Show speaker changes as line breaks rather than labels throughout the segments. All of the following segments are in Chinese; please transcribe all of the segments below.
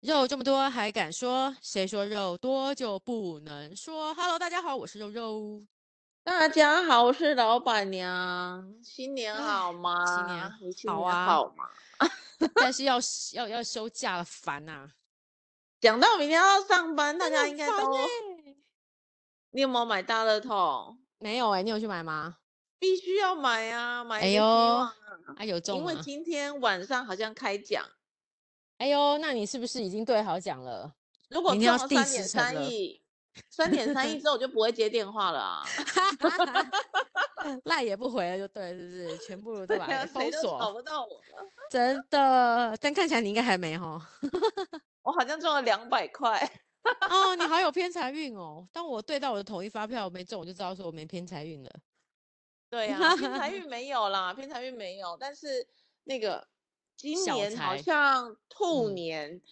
肉这么多还敢说？谁说肉多就不能说？Hello，大家好，我是肉肉。
大家好，我是老板娘，新年好
哎，
吗？
新年
你新
好
年
啊，
好吗？
但 是要休要要休假了，烦呐、
讲到明天要上班，大
真的
家
很
应该
烦
都，
哎、
你有没有买大乐透？
没有哎、你有去买吗？
必须要买啊，买
哎
一个希
呦，
望啊，
啊有
因
中
为
吗？
今天晚上好像开奖，
哎呦，那你是不是已经对好奖了？
如果
明天
中
要
了
第
三
十
点
层
三
了，
亿，三点 三亿之后我就不会接电话了啊。
赖也不回了，就对了，是不是？全部
对
都把
呀、
它
啊，
封
谁都
锁，
找不到我了。
真的。但看起来你应该还没哈。
我好像中了两百块，
哦，你好有偏财运哦！当我对到我的统一发票没中，我就知道说我没偏财运了。
对呀、偏财运没有啦，偏财运没有，但是那个今
小
年好
财，
像兔
嗯，
年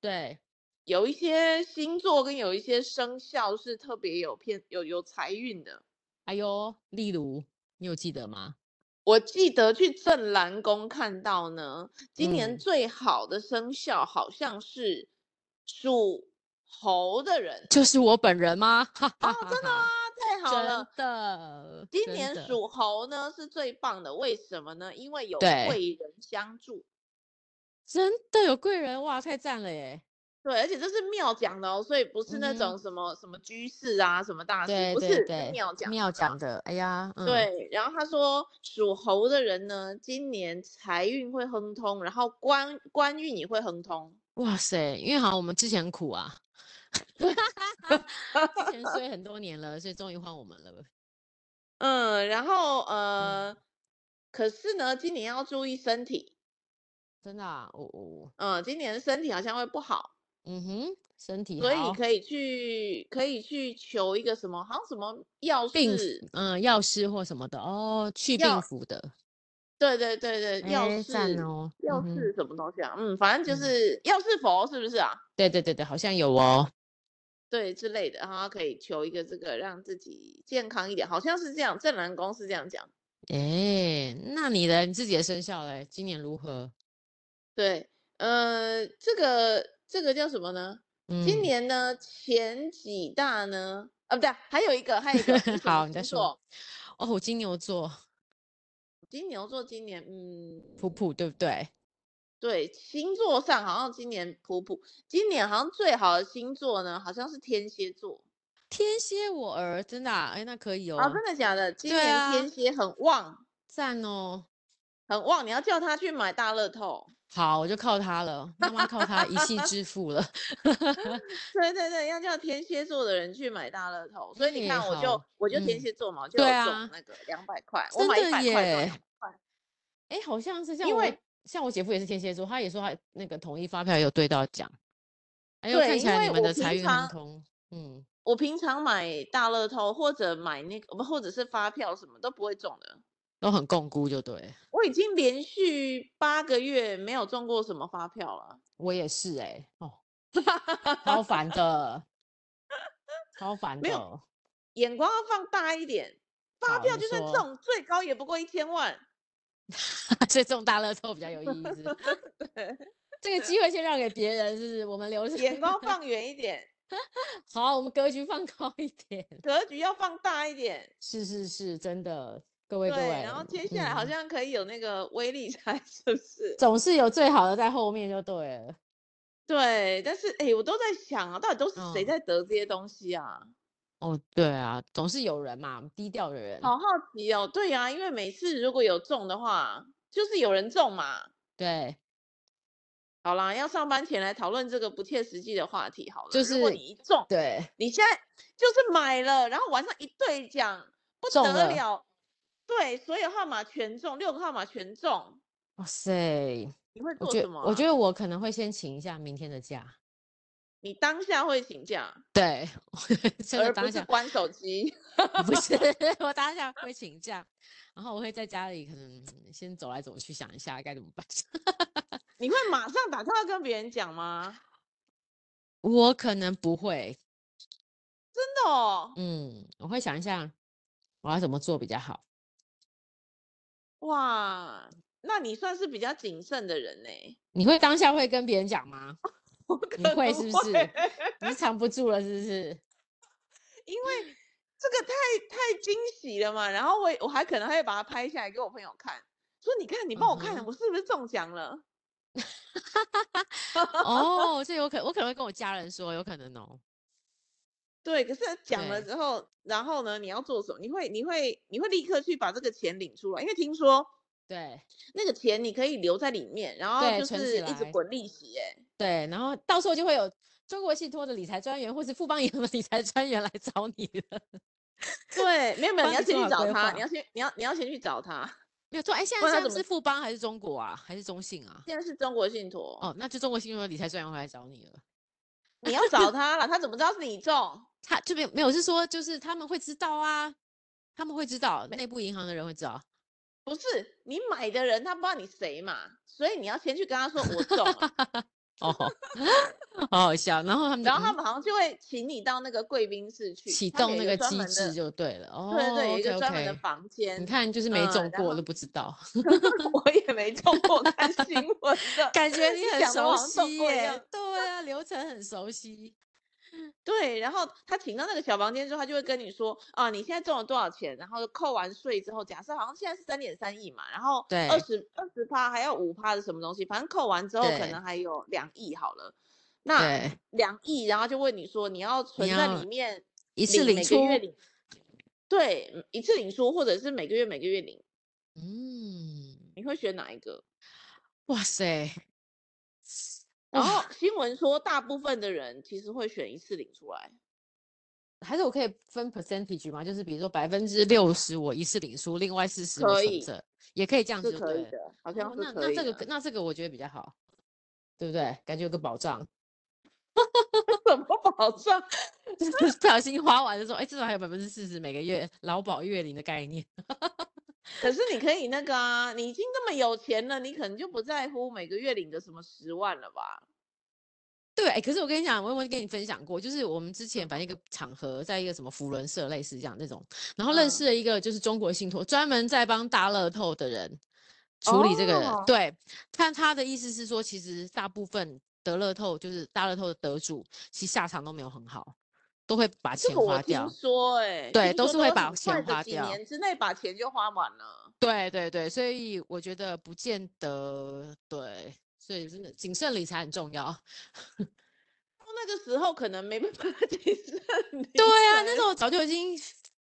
对，
有一些星座跟有一些生肖是特别有偏有有财运的。
哎呦，例如，你有记得吗？
我记得去正蓝宫看到呢，今年
嗯，
最好的生肖好像是属猴的 人
就是我本人吗？哈
哦，
哈哈
真的吗？
哈，
太好
真
了！
的，
今
真
年
的，
属猴呢是最棒的，为什么呢？因为有
对，
贵人相助。
真的有贵人哇，太赞了耶！
对，而且这是庙讲的哦，所以不是
嗯
那种
哼，
什么什么居士啊、什么大师，
对
不
对
是，是
对，
庙讲
妙
的啦。
讲的，哎呀，嗯，
对，然后他说属猴的人呢，今年财运会亨通，然后官官运也会亨通。
哇塞，因为好像我们之前很苦啊， 之前衰很多年了，所以终于换我们了，
嗯，然后
嗯，
呃，可是呢，今年要注意身体，
真的啊，我、我。
嗯，今年身体好像会不好，
嗯哼，身体
所以你
好，
可以去可以去求一个什么，好像什么药
病服，
师
嗯，药师或什么的哦，去病
药
服的，
对对对对，药
哎，赞
是
哦，嗯
药
哼，
是什么东西啊？嗯，反正就
嗯，
是药是佛，是不是啊？
对对对对，好像有哦，
对之类的，然后可以求一个这个让自己健康一点，好像是这样，正南宫是这样讲。
哎，那你的你自己的生肖嘞，今年如何？
对，呃，这个这个叫什么呢？今
嗯，
年呢前几大呢？啊，不对，还有一个，还有一 个是什么
好，你再
星
说。
座？
哦，我金牛座，
金牛座今年，嗯，
普普，对不对？
对，星座上好像今年普普，今年好像最好的星座呢，好像是天蝎座。
天蝎我儿，真的啊，哎，那可以
啊，
哦，
真的假的？今
对
年天
啊，
蝎很旺，
赞哦，
很旺，你要叫他去买大乐透。
好，我就靠他了，慢慢靠他一 气致富了，
对对对，要叫天蝎座的人去买大乐透。所以
哎，
你看，我就
好，
我就天
嗯，
蝎座嘛，我就
对
有中
啊，
那个两百块，我
真
买一
的
百块中
耶。
两块，
哎，诶好像是像
因
我
为
像我姐夫也是天蝎座，他也说他那个统一发票也有对到奖。哎呦，看
对，
起
因
来你
为
们
我
的财
平
运亨
常
通。嗯，
我平常买大乐透或者买那个不或者是发票什么都不会中的，
都很共估就对。
我已经连续八个月没有中过什么发票了。
我也是哎、哦， 超烦 的，超烦
没有，
的。
眼光要放大一点，发
好，
票
你
就算
说，
中，最高也不过一千万。
所以中大乐透比较有意义是不 是？
对
这个机会先让给别人，是不是？我们留着。
眼光放远一点，
好，我们格局放高一点。
格局要放大一点。
是是是，真的，各位各
对，
位，
然后接下来好
嗯，
像可以有那个微理财， 是不是？
总是有最好的在后面就对了。
对，但是哎，我都在想啊，到底都是谁
嗯。
在得这些东西啊？
哦，对啊，总是有人嘛，低调的人，
好好奇哦。对呀、因为每次如果有中的话，就是有人中嘛。
对，
好啦，要上班前来讨论这个不切实际的话题好
就
了。如果你
是
一中，
对
你现在就是买了，然后晚上一兑奖，不
中
得
了，
了，对，所有号码全中，六个号码全中，
哇塞，
你会
我
做
觉
什
得
么
我觉
啊？
得我可能会先请一下明天的假，
你当下会请假，
对， 真的
而不
当
是
下
关手机。
不是我当下会请假，然后我会在家里可能先走来走去想一下该怎么办，
你会马上打电话跟别人讲吗？
我可能不会，
真的哦，
嗯，我会想一下我要怎么做比较好，
哇，那你算是比较谨慎的人呢。
你会当下会跟别人讲吗？你
可
会
能
是不是？你是藏不住了是不是？
因为这个太太惊喜了嘛，然后我也我还可能还会把它拍下来给我朋友看，说你看你帮我
嗯
看
哼
我是不是中奖了？
哦，这有可我可能会跟我家人说，有可能哦。
对，可是讲了
对
之后，然后呢，你要做什么？你会你会你会立刻去把这个钱领出来，因为听说
对
那个钱你可以留在里面，然后
对
就
存
是
起
一直
来
滚利息、欸，
对，然后到时候就会有中国信托的理财专员或是富邦银行的理财专员来找你了。
对，没有没有，
帮
你要
你
先
做
去
好
找
规
他，
划
你要先你要你要先去找他。
没有错，哎，现
不
在
然他
现在
怎
是
么
富邦还是中国啊，还是中信啊？
现在是中国信托，
哦，那就中国信托的理财专员会来找你了。
你要找他了，他怎么知道是你中？
他就没有没有是说，就是他们会知道啊，他们会知道，内部银行的人会知道。
不是你买的人，他不知道你谁嘛，所以你要先去跟他说我中了，
哦， 好好笑。然后他们就
然后他
嗯
们好像就会请你到那个贵宾室去，
启
他们
动
有
那
一个
个
专
机
门
制
的，
就对了。哦，
对对对，有一
OK，
个专门的
OK
房间
你。看，就是没
嗯
中
然
过
后
都不知 道，，
我也没中过看新闻的
感觉你很
讲得
熟
我好像中
悉
过一
耶
样。
对啊，流程很熟 悉。
对，然后他请到那个小房间之后，他就会跟你说啊，你现在中了多少钱？然后扣完税之后，假设好像现在是三点三亿嘛，然后
对
二十二十趴还要五趴的什么东西，反正扣完之后可
对
能还有两亿好了。那
对，
两亿，然后就问你说你要存在
要
里面
一
一
次领
每
出
个，月领，对，嗯一次领出或者是每个月每个月领，
嗯，
你会选哪一个？
哇塞，
然
哇
后新闻说大部分的人其实会选一次领出来。
还是我可以分 percentage 吗？就是比如说百分之六十我一次领出，另外四十我
可
存
以
着，也可以这样
是
子就
可
对
以
了。
的，好像
哦，
是
那
可
那
以
这
的。
个那这个我觉得比较好，对不对？感觉有个保障，
怎么保障？
就是不小心花完的时候，哎，至少还有百分之四十每个月劳保月领的概念。
可是你可以那个啊，你已经这么有钱了，你可能就不在乎每个月领个什么十万了吧？
对，哎，可是我跟你讲，我有没有跟你分享过？就是我们之前反正一个场合，在一个什么福伦社类似这样那种，然后认
嗯
识了一个就是中国信托专门在帮大乐透的人处理这个。
哦
对，看他的意思是说，其实大部分得乐透就是大乐透的得主，其实下场都没有很好，都会把
这
钱
个我
花
听
掉。
说、欸，哎，
对都是会
很
把
快
钱
的
花
几
掉
年之内把钱就花完了。
对对对，所以我觉得不见得对，所以真的谨慎理财很重要。
到那个时候可能没办法 谨慎理财。
对啊，那时候早就已经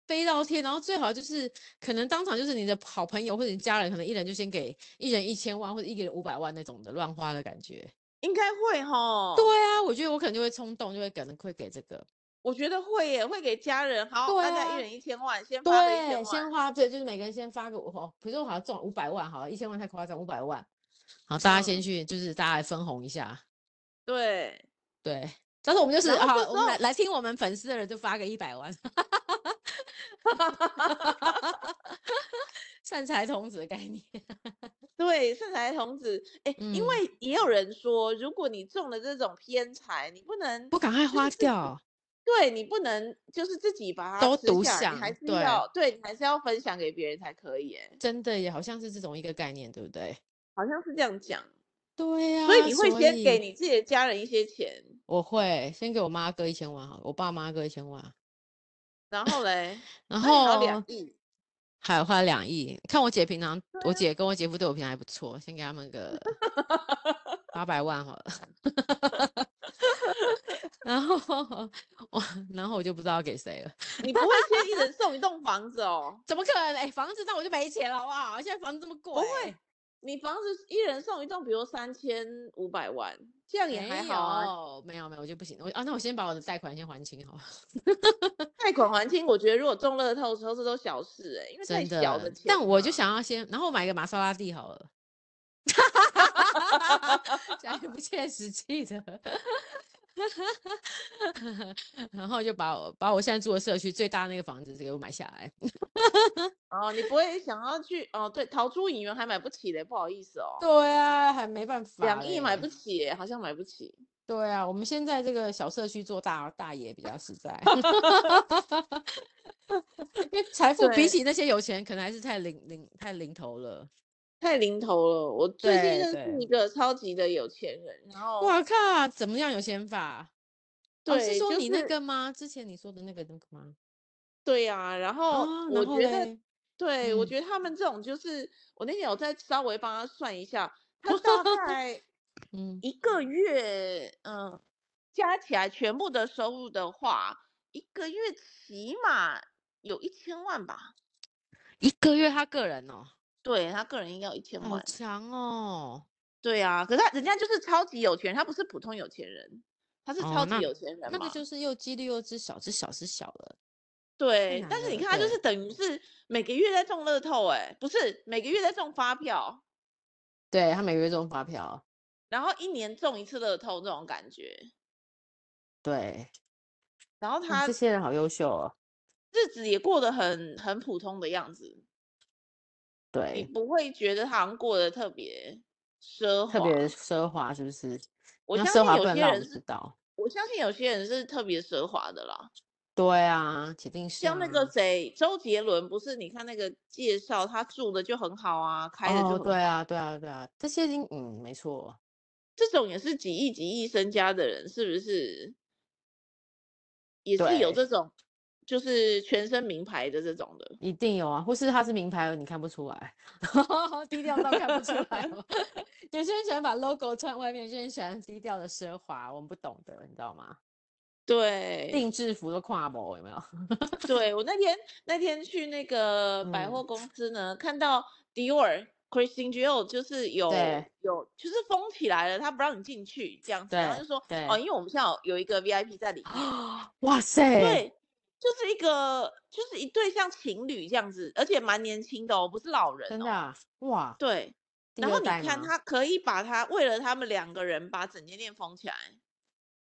飞到天，然后最好就是可能当场就是你的好朋友或者你家人，可能一人就先给一人一千万或者一个人五百万那种的乱花的感觉。
应该会哈。
对，啊，我觉得我可能就会冲动，就会可能会给这个。
我觉得会耶，会给家人好，
对
大家
啊
一人一千万，先发个一
对，
千
先
万。
花对，就是每个人先发个，哦，比如说我好像中五百万，好了，一千万太夸张，五百万，好，大家先
嗯
去，就是大家来分红一下。
对，
对，但是我们就是
然
好
后这，
我
时
们
候
来来听我们粉丝的人就发个一 百万， 善财童子的概念。
对，圣财童子，哎、因
嗯
为也有人说，如果你中了这种偏财，你不能
不赶快
就是
花
自己
掉，
对你不能就是自己把它
都
吃
独
下来，你还
享
是
对
要对你还是要分享给别人才可以。哎，
真的也好像是这种一个概念，对不对？
好像是这样讲，
对呀、
啊所以你会先给
啊以
你自己的家人一些钱，
我会先给我妈各一千万好了，我爸妈各一千万，
然后嘞，
然
那你还有
后
两亿，
还有花两亿。看我姐平常，我
对啊
姐跟我姐夫对我平常还不错，先给他们个八百万好了。 然后我，然后我就不知道给谁了。，
你不会先一人送一栋房子哦
怎么可能？哎、房子那我就没钱了，好不好？现在房子这么贵，
不会，你房子一人送一栋，比如三千五百万，这样也还
没
好啊。
有，没有，没有，我就不行。我啊，那我先把我的贷款先还清好了。
贷款还清，我觉得如果中乐透的时候，这都小事哎、因为太
真
小的
的
钱。
但我就，想要先，然后买一个玛莎拉蒂好了。 讲一个不切实际的， 然后就把我把我现在住的社区最大那个房子给我买下来。
哦，你不会想要去哦？对，逃出影园还买不起嘞，不好意思哦。
对啊，还没办法，欸
两亿买不。起耶，好像买不起。
对啊，我们现在这个小社区做大大爷比较实 在，因为财富比
对
起那些有钱，可能还是太零零太零头了。
太临头了。我最近
对
认
对
识一个超级的有钱人，然后
哇靠，怎么样有想法？哦
对
是说
就
你那
是
个吗？之前你说的那个那个吗？
对呀、然后
啊，
哦我
然后
觉得
嘞，
对，我
嗯
觉得他们这种就是，我那天有再稍微帮他算一下，他 大概
嗯，
一个月，嗯，加起来全部的收入的话，一个月起码有一千万吧。
一个月他个人哦，
对，他个人应该有一千
好
万。
强哦，
对啊，可是他人家就是超级有钱人，他不是普通有钱人，他是
哦
超级
那
有钱人
那个
嘛。
就是又几率又知小知小是小了，太
对，
难
但是你
了，
看他就
对，
是等于是每个月在中乐透、欸，哎，不是每个月在中发票，
对他每个月中发票，
然后一年中一次乐透这种感觉。
对，
然后
哇，
他
哦这些人好优秀哦，
日子也过得很很普通的样子，你
对，
不会觉得他好像过得特别奢
特
华。
别奢华是不是？
我
那
相
奢
信
华
有
不能
些
让我
人
们知
是，
道，
我相信有些人是特别奢华的啦。
对啊，铁定是
像那个
啊，
谁，周杰伦不是？你看那个介绍，他住的就很好啊，开的就
哦，
很
对
好，
啊，对啊，对啊，这些已经嗯，没错，
这种也是几亿几亿身家的人，是不是？也是有
对，
这种，就是全身名牌的这种的。
一定有啊，或是他是名牌，你看不出来， 低调到看不出来哦。 有些人喜欢把 logo 穿外面，有些人喜欢低调的奢华，我们不懂的，你知道吗？
对，
定制服都跨模有 没有？
对，我那天那天去那个百
嗯，
货公司呢，看到 Dior、Christian Dior 就是有
对
有就是封起来了，他不让你进去这样子，然后就
对
说哦，
对，
因为我们现在有有一个 VIP 在里面，
哇塞，
对，就是一个就是一对像情侣这样子，而且蛮年轻的哦，不是老人
真的
哦，
啊哇，
对。然
第
后
二
你
代
看，
吗？
他可以把他为了他们两个人把整间店封起来，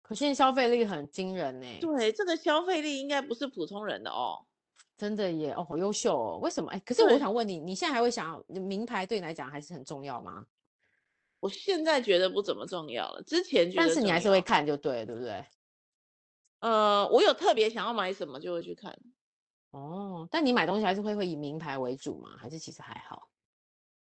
可现在消费力很惊人呢、
对，这个消费力应该不是普通人的哦，
真的耶，哦，好优秀哦。为什么？哎，可是我
对。
想问你，你现在还会想要名牌对你来讲还是很重要吗？
我现在觉得不怎么重要了，之前觉
但
得
是你还
重
是会
要。
看就对了，对不对？
呃，我有特别想要买什么就会去看。
哦，但你买东西还是会会以名牌为主吗？还是其实还好？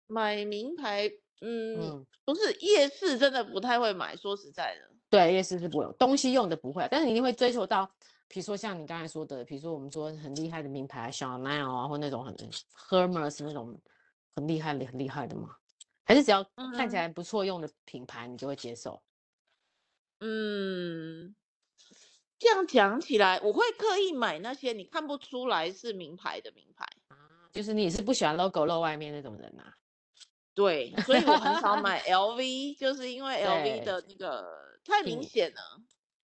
买名牌，嗯，
嗯，
不是夜市真的不太会买，说实在的，
对，夜市是不会有东西用的不会，但是你一定会追求到，比如说像你刚才说的，比如说我们说很厉害的名牌，Chanel 啊，或那种很 Hermes 那种很厉害的很厉害的吗？还是只要看起
嗯
来不错用的品牌你就会接受？
嗯，这样讲起来，我会刻意买那些你看不出来是名牌的名牌。
啊，就是你也是不喜欢 logo 露外面那种人呐、
对，所以我很少 买 LV，就是因为 LV
对，
的那个太明
嗯，
显了。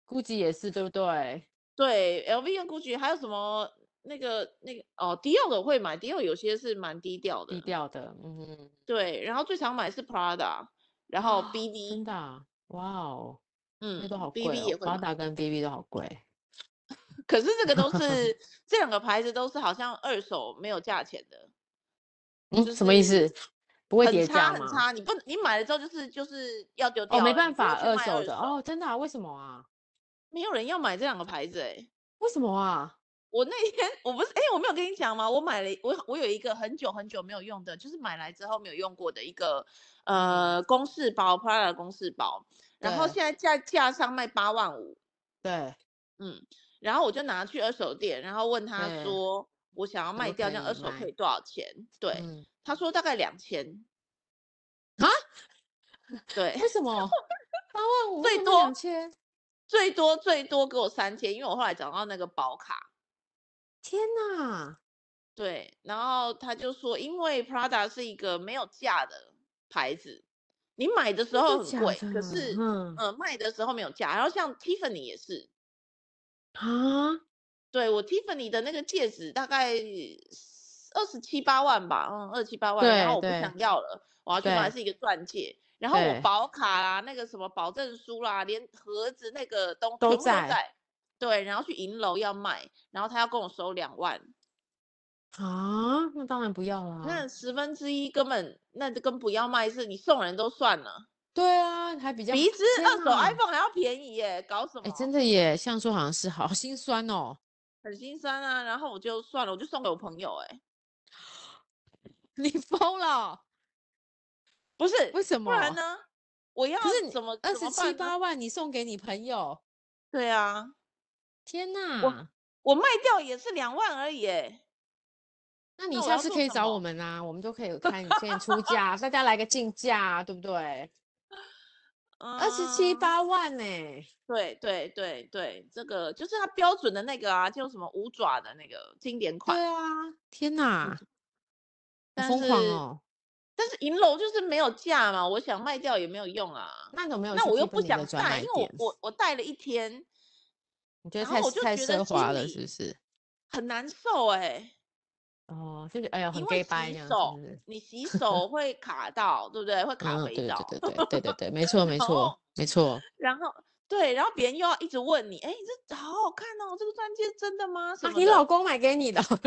估计也是对不对？
对，LV 跟 GUCCI 还有什么那个那个哦，迪奥的我会买，迪奥有些是蛮低调
低
的。
调的，嗯，
对，然后最常买是 Prada，然后
啊，真
BV，
的啊、哇哦，那都
嗯
好贵
，BV
哦
也会买。
，Prada 跟 BB 都好贵。
可是这个 都是这两个牌子都是好像二手没有价钱的，
嗯，
就
什么意
是
思？不会
很
叠
差
加
很
吗？
差。你不你买了之后就是就是要丢
哦，
掉
没
了，你
办
不
法，
会去
二
卖
手
二
的
手，
哦，真的啊？为什么啊？
没有人要买这两个牌子哎、
为什么啊？
我那天我不是哎、我没有跟你讲吗？我买了一我我有一个很久很久没有用的，就是买来之后没有用过的一个呃公事包，Prada 的公事包，然后
对
现在在架上卖八万五，
对
嗯，然后我就拿去二手店，然后问他
对，
说我想要
可
卖
不
掉，
可
这样
以
二手可
卖？
以多少钱？对，
嗯
他说大概两千，
啊？
对，
为什么八万五？为
最
什么两
多
千？
最多最多给我三千，因为我后来找到那个保卡，
天哪！
对，然后他就说，因为 Prada 是一个没有价的牌子，你买的时
真的
候很
假
哦贵，
的？
可是
嗯
呃卖的时候没有价，然后像 Tiffany 也是，
啊，
对我 Tiffany 的那个戒指大概二十七八万吧，嗯，二七八万。然后
对
我
对
不想要了，我要去买
对
是一个钻戒。然后我
对，
保卡啦，那个什么保证书啦，连盒子那个东
都
全部都
在
在。对，然后去银楼要卖，然后他要跟我收两万，
啊，那当然不要啦。
那十分之一根本那就跟不要卖是你送人都算了，
对啊，还比较
比一只
天
二手
哪！
iPhone 哦还要便宜耶，搞什
哎，真
么？
的耶，像说好像是好心酸哦。
很心酸啊。然后我就算了，我就送给我朋友哎。
你疯了？
不是，
为什
不
么？
然呢？我要
是你
怎么
二
怎
十
么
七
办呢
八万你送给你朋友，
对啊，
天哪！
我卖掉也是两万而已欸。
那你
那我
下
要
次
做
可以
什
找我
么
们啊，我们就可以看你现在 出价，大家来个竞价啊，对不对？二十七
嗯
八万呢、
对对对对，这个就是它标准的那个啊，就什么五爪的那个经典款
对。啊，天哪，好
但
疯狂
是
哦！
但是银楼就是没有价嘛，我想卖掉也没有用啊。
那你有没有去
那我又不
Tiffany 的
想
专
带，
卖
因为我
店
我我带了一天
你觉得
然
太
后我就
太
觉得
奢
心
华了，
里
是不是？
很难受哎、
哦，就是哎呀，很
因
gay
为
掰这
洗
样子
手
是不是，
你洗 手会卡到，对不对？会卡
嗯，
肥
对
皂，
对对对对对对对， 没错没
然
错
后
没错，
然后对，然后别人又要一直问你，哎，这好好看哦，这个钻戒真的吗？什
啊，
么
你
的
老公买给 你的哦，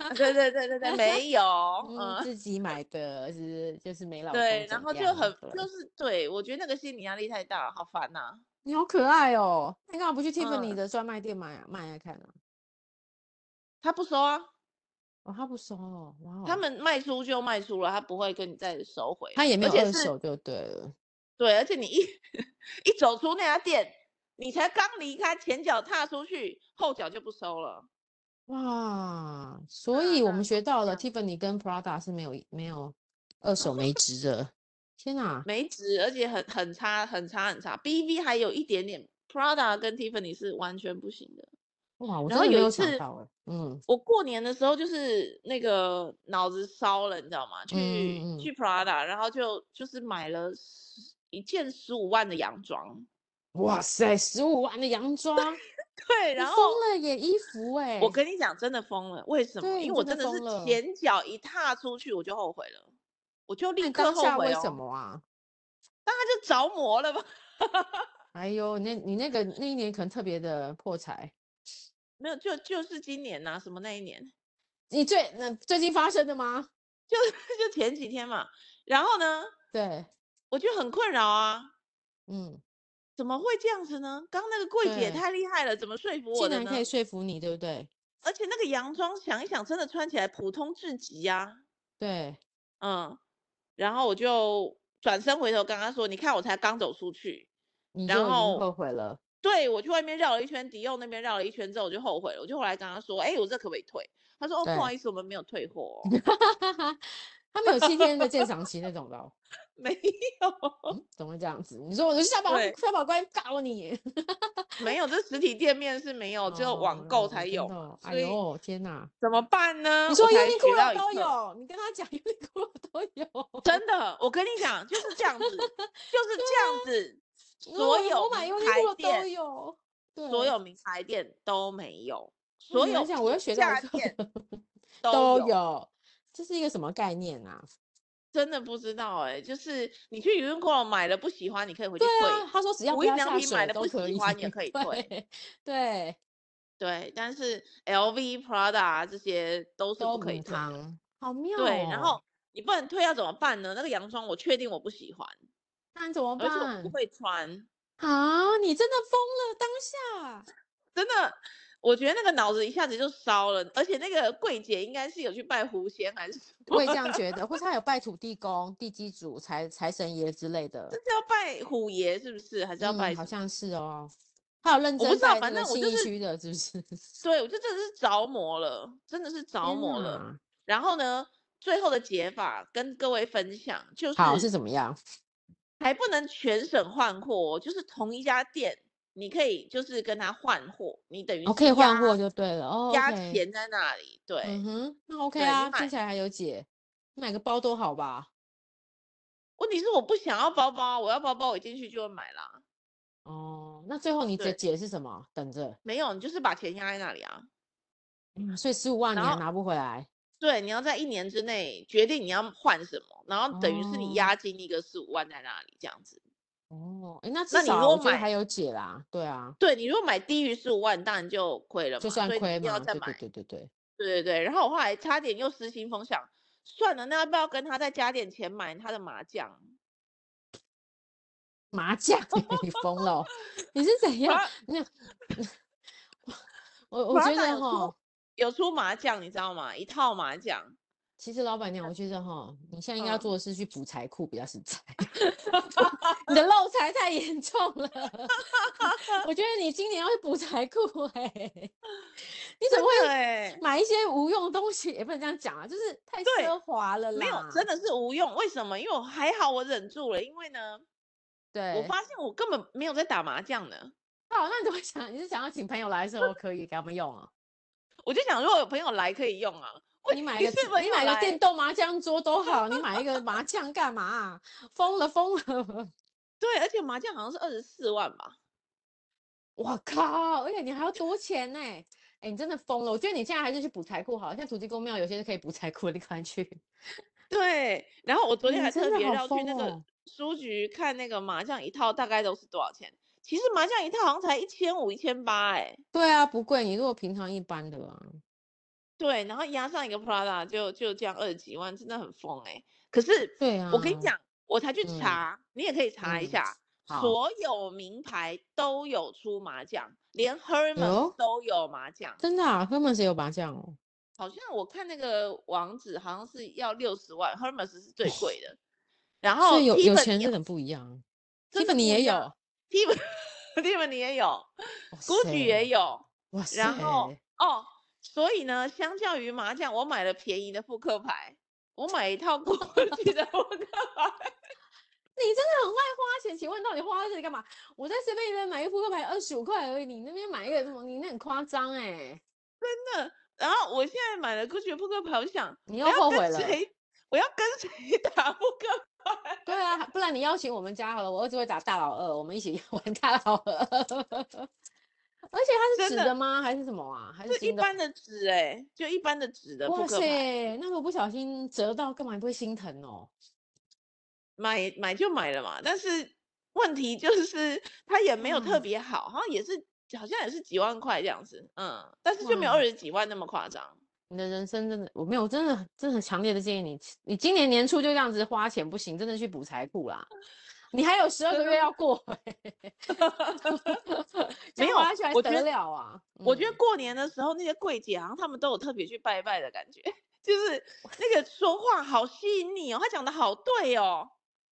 啊 对对对对对，没有，
嗯，
嗯，
自己买的，是就是没老公
对，
怎
然后就
样
很
对
就是对我觉得那个心理压力太大了，好烦呐、
你好可爱哦，那你干嘛不去 Tiffany
嗯
的专卖店买啊卖来看啊？
他不收啊，
哦，他不收哦，哇哦，
他们卖出就卖出了，他不会跟你再收回了，
他也没
而
有
且
二
是
手就对了，
对，而且你一 一走出那家店，你才刚离开，前脚踏出去，后脚就不收了。
哇，所
啊
以我
那
们学到
这
了
样
Tiffany 跟 Prada 是没有没有二手没值的，天哪！
没值，而且很很差，很差，很差。BV 还有一点点，Prada 跟 Tiffany 是完全不行的。
哇，我真
然后
的没
有一
有想
次
到哎，嗯
我过年的时候就是那个脑子烧了，你知道吗？去、
嗯嗯
去 Prada，然后就就是买了十一件十五万的洋装，
哇塞，十五万的洋装，你
对，然后
疯了耶，衣服哎，
我跟你讲，真的疯了。为什么？
对
因
你
为我
真
真
的
的是
疯了
前脚一踏出去，我就后悔了，我就
那
立
你
刻
当
后
下
悔
为
哦。
什么啊？
那他就着魔了吧？
哎呦，那你那个那一年可能特别的破财，
没有，就就是今年呐、什么那一年，
你最那最近发生的吗？
就就前几天嘛。然后呢，
对，
我就很困扰啊，
嗯，
怎么会这样子呢？刚那个柜姐也
对
太厉害了，怎么说服我
竟
的
然
呢
可？以说服你，对不对？
而且那个洋装想一想，真的穿起来普通至极呀、
对，
嗯，然后我就转身回头跟他说：“你看，我才刚走出去，
你
然
就已经
后
后悔了，
对我去外面绕了一圈，迪奥那边绕了一圈之后，我就后悔了，我就后来跟他说，哎、我这可不可以退？他说，哦，不好
对
意思，我们没有退货、哦，
他们有七天的鉴赏期那种的哦、
没有，
嗯，怎么会这样子？你说我的下保
对
下保官告你，
没有，这实体店面是没有，只有网购
哦
才
真
有
的
嘛，
哦哎
所以
呦，天哪！
怎么办呢？
你
我
说
才
Uniqlo
学到一
都
课，
有，你跟他讲 Uniqlo 都有，
真的，我跟你讲，就是这样子，就是 这样子，
我
所
买
有
啊嗯我买
名牌
Uniqlo 都
店，
有，对，
所有名牌店都没有，
哇
所
嗯你来
有
讲我又学
平
到
价
一个
店
都
都有。
有，这是一个什么概念啊？
真的不知道哎、就是你去 Uniqlo 买了不喜欢，你可以回去
对
退。
啊，他说只要
无
不
印
要
良
下
品买
手
的
都
不
可
喜
以，
欢也可以退
对对，
对，但是 LV、Prada 啊这些都是
都
不可以
母
退的。
汤，好妙
对，然
哦
后你不能退要怎么办呢？那个洋装我确定我不喜欢，
那你怎么
而且我不
办
会穿，
啊？你真的疯了，当下
真的，我觉得那个脑子一下子就烧了。而且那个柜姐应该是有去拜狐仙还是什 么
我也这样觉得，或是他有拜土地公、地基主、财财神爷之类的
这，是要拜虎爷是不是？还是要
嗯，
拜什
好
么？
像是哦。他有认
我不
真
知道
拜那个
反正我
信
就
义
是
区的，是不 是？
对，我觉得真的是着魔了，真的是着
天
魔了。
哪，
然后呢，最后的解法跟各位分享，就
好
是
是怎么样？
还不能全省换货哦，就是同一家店，你可以就是跟他换货，你等于
我
是
哦可以换
压
货就对了哦。
压
OK，
钱在那里。对，
嗯哼，那 OK
对你
啊，听
买
起来还有解，买个包都好吧？
问题是我不想要包包啊，我要包包，我一进去就会买啦。
哦，那最后你的
对
解是什么？等着，
没有，你就是把钱压在那里啊。
嗯所以十五万你
然
还
后
拿不回来
对，你要在一年之内决定你要换什么，然后等于是你
哦
押金一个十五万在那里这样子。
哦。诶那
那
至
你如
少
果
我觉得
买
还有解啦，对啊，
对你如果买低于十五万，当然就亏了
就
嘛，
算
所以你
亏
一定要
嘛，
再
对对
买。
对对对，
对对对，然后我后来差点又失心疯想，算了，那要不要跟他再加点钱买他的麻将？
麻 将你疯了哦，你是怎样？那我我觉
Prada
得
有出
哈，
有出麻将，你知道吗？一套麻将，
其实老板娘，我觉得哈，你现在应该要
嗯
做的是去补财库，比较实 在。你的漏财太严重了， 我觉得你今年要去补财库哎，你怎么会
对，
买一些无用的东西？也不能这样讲啊，就是太
对
奢华了啦。
没有，真的是无用。为什么？因为我还好，我忍住了。因为呢，
对，
我发现我根本没有在打麻将呢。
好，那你怎么想？你是想要请朋友来的时候可以给他们用啊？
我就想，如果有朋友来可以用啊。
你买一个
是
纸
朋
你
友
买个
来
电动麻将桌都好，你买一个麻将干嘛啊？疯了疯了！
对，而且麻将好像是二十四万吧？
我靠！而且你还要多钱呢、欸？哎、你真的疯了！我觉得你现在还是去补财库好了，像土地公庙有些是可以补财库的地方去。
对。然后我昨天
你
还
真
特
的
别
好
绕去那
疯
个
哦
书局看那个麻将一套大概都是多少钱。其实麻将一套好像才一千五、一千八，哎，
对啊，不贵。你如果平常一般的啊，
对，然后压上一个 Prada 就就这样二十几万，真的很疯哎、可是
对啊。
我跟你，讲，我才去
嗯
查，你也可以查一
嗯
下，
好
所有名牌都有出麻将，
哎
连 Hermes
哟
都有麻将。
真的啊，Hermes 也有麻将哦。
好像我看那个网址好像是要六十万，Hermes 是最贵的。然后
所以有有
Tiffany
钱人很不一样。
真的
Tiffany
不
也
一
有
样，，Tiffany Tiffany 也有
哇
，Gucci
塞
也，有，
哇
然后
塞
哦，所以呢，相较于麻将，我买了便宜的扑克牌，我买一套 过去的扑克牌，
你真的很会花钱，请问到底花在这里干嘛？我在随便一边买一个扑克牌二十五块而已，你那边买一个什么？你那很夸张哎！
然后我现在买了 Gucci 的扑克牌，我想
你
我
又后
跟
悔了
谁我要跟谁 打扑克
对啊，不然你邀请我们家好了，我儿子会打大老二，我们一起 玩大老二。而且它
真
是纸
的
的吗？还是什么啊？还是
牌？是一
新的？
般的纸哎、就一般的纸的扑
哇
克牌，
塞，那如果不小心折到，干嘛你不会心疼哦？
买买就买了嘛。但是问题就是它也没有特
哇
别好，好像也是好像也是几万块这样子，嗯，但是就没有
哇
二十几万那么夸张。
你的人生真的，我没有，我真的很真的很强烈的建议你，你今年年初就这样子花钱不行，真的去补财库啦。你还有十二个
真
月要过、 欸，
没
这样
有
花下去还
我觉
得
得
了啊？
我觉得
嗯
过年的时候，那些柜姐好像他们都有特别去拜拜的感觉， 就是那个说话好吸引你哦，他讲的好对哦，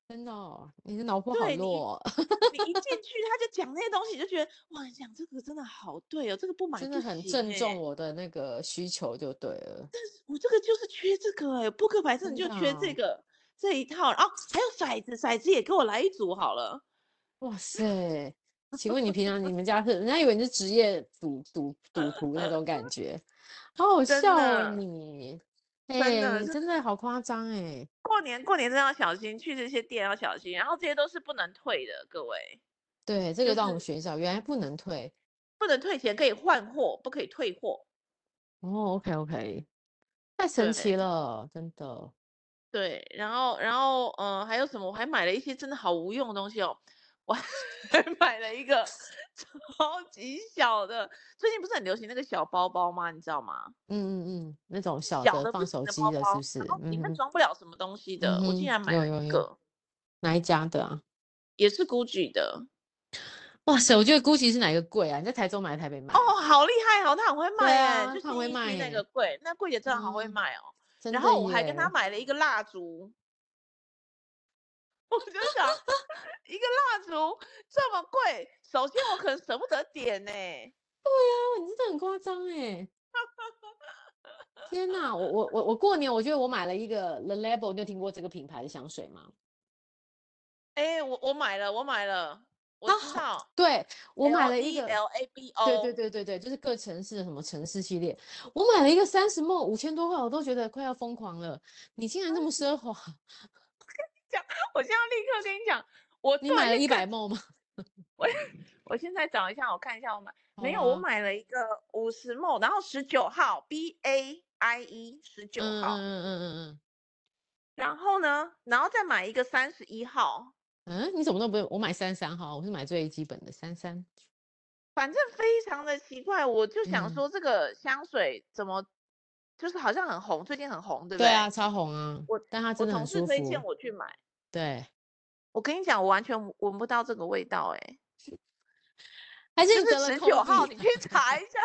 真的、哦，你的脑波好
对你
弱哦，
你一进 去他就讲那些东西，你就觉得哇，讲这个真的好对哦，这个不买
真
不
的很
行
正中
欸，
我的那个需求就对了。
我这个就是缺这个哎，扑克牌真的
真
就
的
缺这
哦
个这一套哦，还有骰子，骰子也给我来一组好了。
哇 塞，请问你平常你们家是人家以为你是职业赌赌赌徒那种感觉，好好
真
笑哦
的
你，哎、
真的
你
是
真的好夸张哎、
过年过年真的要小心，去这些店要小心，然后这些都是不能退的，各位
对，这
就
个让我们
是
学校原来不能退。
不能退钱，可以换货，不可以退货。
哦，OK OK，太神
对
奇了，真的。
对，然后，然后，嗯、还有什么？我还买了一些真的好无用的东西哦。我 还买了一 个超级小的，最近不是很流行那个小包包吗？你知道吗？
嗯嗯嗯，那种小
小
的
不
放
行
手
的
机
包
的，
包，
是不是
然后？
嗯
里面
哼，
装不了什么东西的。我
嗯
竟
哼
然买
有
了
有
一
有
个，
哪一家的啊？
也是 GUCCI 的。
哇塞，我觉得 GUCCI 是哪一个贵啊？你在台中买，还是台北买？
哦，，好厉害哦，他很会卖哎、
啊他
就是
很会
一
卖
区那
耶
个柜，那柜姐真的好会
嗯
卖哦。
真
然
的
后我还跟他
耶
买了一个蜡烛，我就想一个蜡烛这么贵，首先我可能舍不得点呢、
哦你真的很夸张 哎！天哪，我我我我过年我觉得我买了一个 The Label，你有听过这个品牌的香水吗？
哎、我我买了，我买了，我
它
知
好
道，
对，啊我买
L
了一
E
个
L A B O，
对对对对对，就是各城市的什么城市系列，我买了一个三十梦五千多块，我都觉得快要疯狂了。你竟然这么奢华，
我现在立刻跟你讲，我
你
突然
买了
间
一
啊看，
百梦吗？
我现在找一下，我看一下我买 没有，
好
我
啊
买了一个五十 ml，然后十九号 B A I E 十九
嗯嗯
号，
嗯嗯
然后呢，然后再买一个三十一号，
嗯嗯，嗯，你怎么都不用？我买三三号，我是买最基本的三三。
反正非常的奇怪，我就想
嗯
说这个香水怎么就是好像很红，最近很红，对不
对
对？
啊，超红啊！
我
但它
我
真的
同
很
事
舒服
推。荐我去买，
对，
我跟你讲，我完全闻不到这个味道、欸，哎，
还是
就
你得
是
了
十九号，
COVID
你去查一下，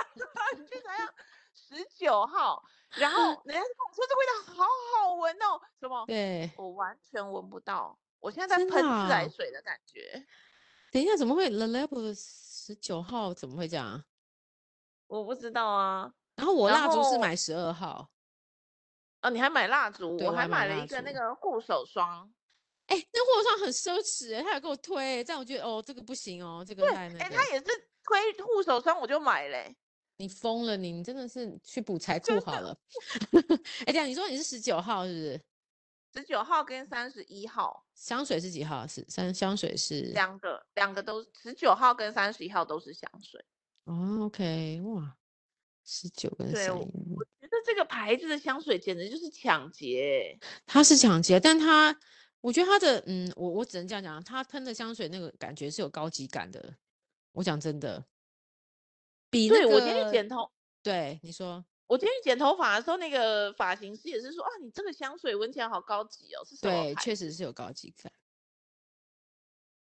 你去查一下十九号，然后人家就跟我说这味道好好闻哦，什么？
嗯对，
我完全闻不到，我现在在
真的
喷自来
啊
水的感觉，
等一下，怎么会 The Level 十九号怎么会这样？啊
我不知道啊。
然后我
然
蜡烛是
后
买十二号，
哦，你还买蜡烛，
对
我
我
还
还
买
买
了
蜡
一个那
烛
个护手霜。
哎、那货上很奢侈、欸，他有给我推欸、这样我觉得哦，这个不行哦，这个
对，
太那
哎，
个，
他也是推护手霜，我就买嘞、
你疯了你，你真的是去补财
真
库好了。 哎、这样你说你是十九号是不是？
十九号跟三十一号
香水是几号？是三香水是
两个，两个都十九号跟三十一号都是香水。
哦，OK，哇，十九跟
对
三
我
一，
我觉得这个牌子的香水简直就是抢劫欸、
它是抢劫，但它我觉得它的嗯，我我只能这样讲，它喷的香水那个感觉是有高级感的。我讲真的，比那
对
个
我今天去剪头，
对你说
我今天去剪头发的时候，那个发型师也是说啊，你这个香水闻起来好高级哦，是什么
对，
牌
确
子？
实是有高级感。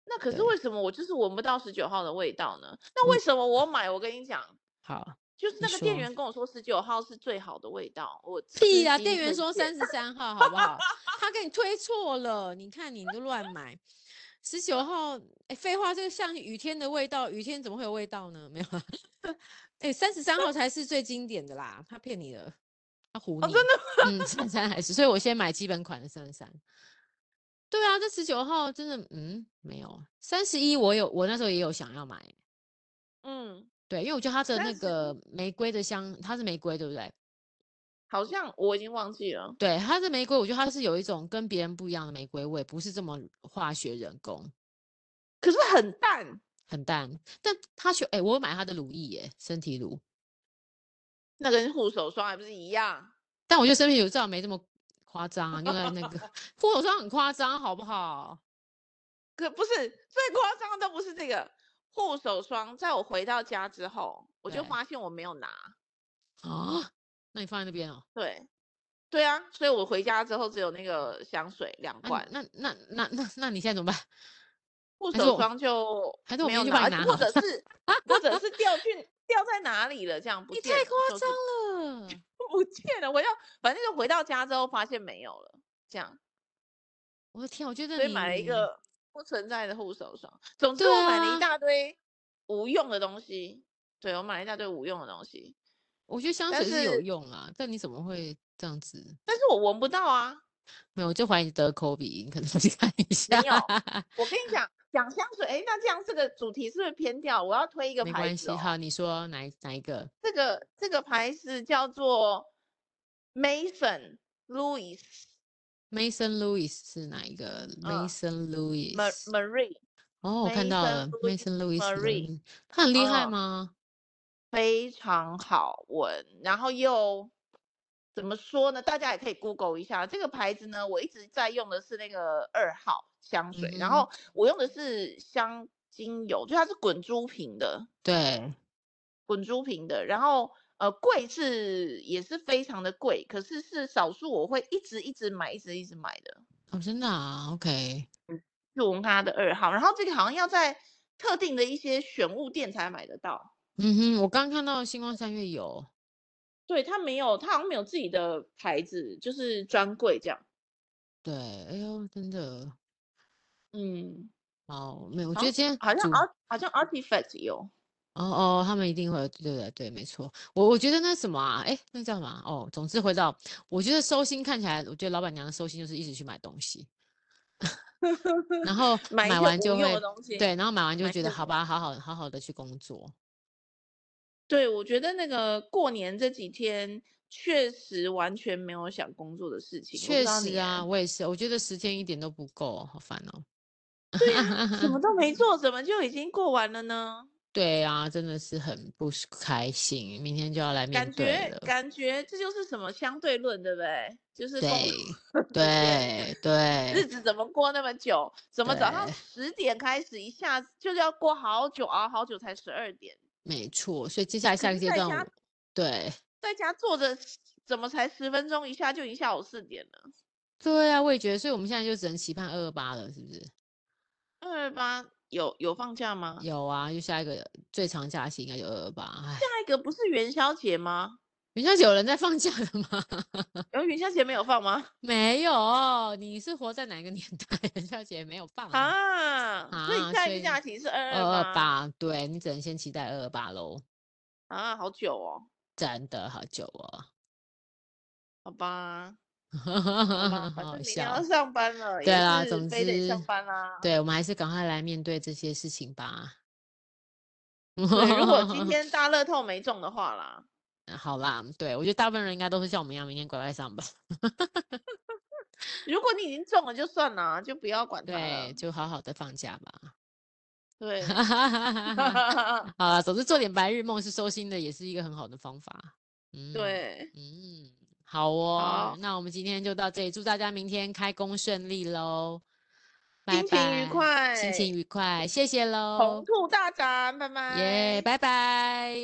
那可是
对
为什么我就是闻不到十九号的味道呢？那为什么我买？我跟你讲，
好，
就是
你
那个店
说
员跟我说十九号是最好的味道，我
屁
呀、
呀、店员说三十三号，好不好？他给你推错了，你看你都乱买。十九号，哎，废话，这个像雨天的味道，雨天怎么会有味道呢？没有啊， 哎，三十三号才是最经典的啦，他骗你了，他唬你。
哦真
的嗯，三十三还是，所以我先买基本款的三十三。对啊，这十九号真的，嗯，没有三十一，我有，我那时候也有想要买，
嗯，
对，因为我觉得它的那
31
个玫瑰的香，它是玫瑰，对不对？
好像我已经忘记了。
对，它的玫瑰，我觉得它是有一种跟别人不一样的玫瑰味，不是这么化学人工，
可是很淡，
很淡。但它选，哎、我有买它的乳液耶，身体乳，
那跟护手霜还不是一样？
但我觉得身体乳至少没这么夸张啊，就在那 个护手霜很夸张，好不好？
可不是最夸张的都不是这个护手霜。在我回到家之后，我就
对
发现我没有拿。
啊，那你放在那边哦，
对，对啊，所以我回家之后只有那个香水两
那
罐，
啊你那那那那那你现在怎么办？
护
还是
手
我
霜就
还是我
没有
明天去帮
拿，
你拿啊
或
好了
者是或者是掉去掉在哪里了，这样 不
你
见了
太夸
就是
张了，
不见了。我要反正就回到家之后发现没有了，这样，
我的天，我觉得
所以
你
买了一
你
个不存在的护手霜。总之，
对
我买了一
啊
大堆无用的东西。对，我买了一大堆无用的东西，
我觉得香
但
水是有
是
用啊，但你怎么会这样子？
但是我闻不到啊。
没有，我就怀疑你得 COVID，你可能去看一下。
我跟你讲，讲香水，哎，那这样这个主题是不是偏掉？我要推一个
没
牌
关
子、
系，
哦，
好，你说哪一哪一个？
这个这个牌子叫做 Mason Louis
Mason Louis 是哪一个？Mason Louis，
嗯 Mar Marie，
哦，我看到
，Mason
了，Mason Louis，
Louis
的
Marie
他很厉害
嗯
吗？
非常好闻，然后又怎么说呢？大家也可以 Google 一下这个牌子呢。我一直在用的是那个二号香水，
嗯
然
哼
后我用的是香精油，就它是滚珠瓶的，
对，
滚珠瓶的，然后呃贵是也是非常的贵，可是是少数我会一直一直买，一直一直买的，
哦，真的啊，OK，
就我们看它的二号，然后这个好像要在特定的一些选物店才买得到，
嗯哼，我刚看到星光三月有，
对，它没有，它好像没有自己的牌子，就是专柜这样，
对，哎呦，真的，
嗯，
哦，没有，我
好
觉得今天
好像
主
哦 art 好像 artifact 有，
哦哦，他们一定会有，对对对，没错。我我觉得那什么啊，哎，那叫什么啊？哦，总之回到，我觉得收心看起来，我觉得老板娘的收心就是一直去买东西， 然后
买
买
一些
完
无
就
用的
会
东西
对，然后买完就
买
会
一
觉得
些
好
无用
吧，好好好好的去工作。
对，我觉得那个过年这几天确实完全没有想工作的事情，我不
确
知道
实
你欸
啊，我也是，我觉得时间一点都不够，好烦哦。
对啊，什么都没做，怎么就已经过完了呢？
对啊，真的是很不是开心，明天就要来面
感
对
觉
了。
感觉这就是什么相对论，对不对？就是 工
对
对
对
日
对
子怎么过那么久？怎么早上
对
十点开始，一下子就是要过好久，熬好久才十二点，
没错。所以接下来
可
下个
是
阶
在
段
家
我，对。
在家坐着怎么才十分钟，一下就已经下午四点了。
对啊，我也觉得，所以我们现在就只能期盼二二八了，是不是？
二二八有有放假吗？
啊有啊，就下一个最长假期应该就二二八。唉，
下一个不是元宵节吗？
云霄姐有人在放假了吗？
然后元宵节没有放吗？
没有，你是活在哪个年代？ 元宵节没有放啊
啊，所以
啊
下
所
一个
以
假期是二
二二
吗
八，对你只能先期待二二八喽，
啊，好久哦，
真的好久哦，
好吧，好吧，反
好
正明天
笑
要。上班了，也
对啦
是
总
非得上
之
班啦。
对，我们还是赶快来面对这些事情吧。
对，如果 今天大乐透没中的话啦，
呃好啦，对我觉得大部分人应该都是像我们一样，明天乖乖上班。
如果你已经中了就算了，就不要管它了
对，。就好好的放假吧。
对，
好啦，总之做点白日梦是收心的，也是一个很好的方法。嗯，，
对，
嗯，好哦。
好
那我们今天就到这里，祝大家明天开工顺利喽！拜
心情愉
拜，
快，
心情愉快，谢谢
红
喽，
兔大展，拜拜，
耶，拜拜。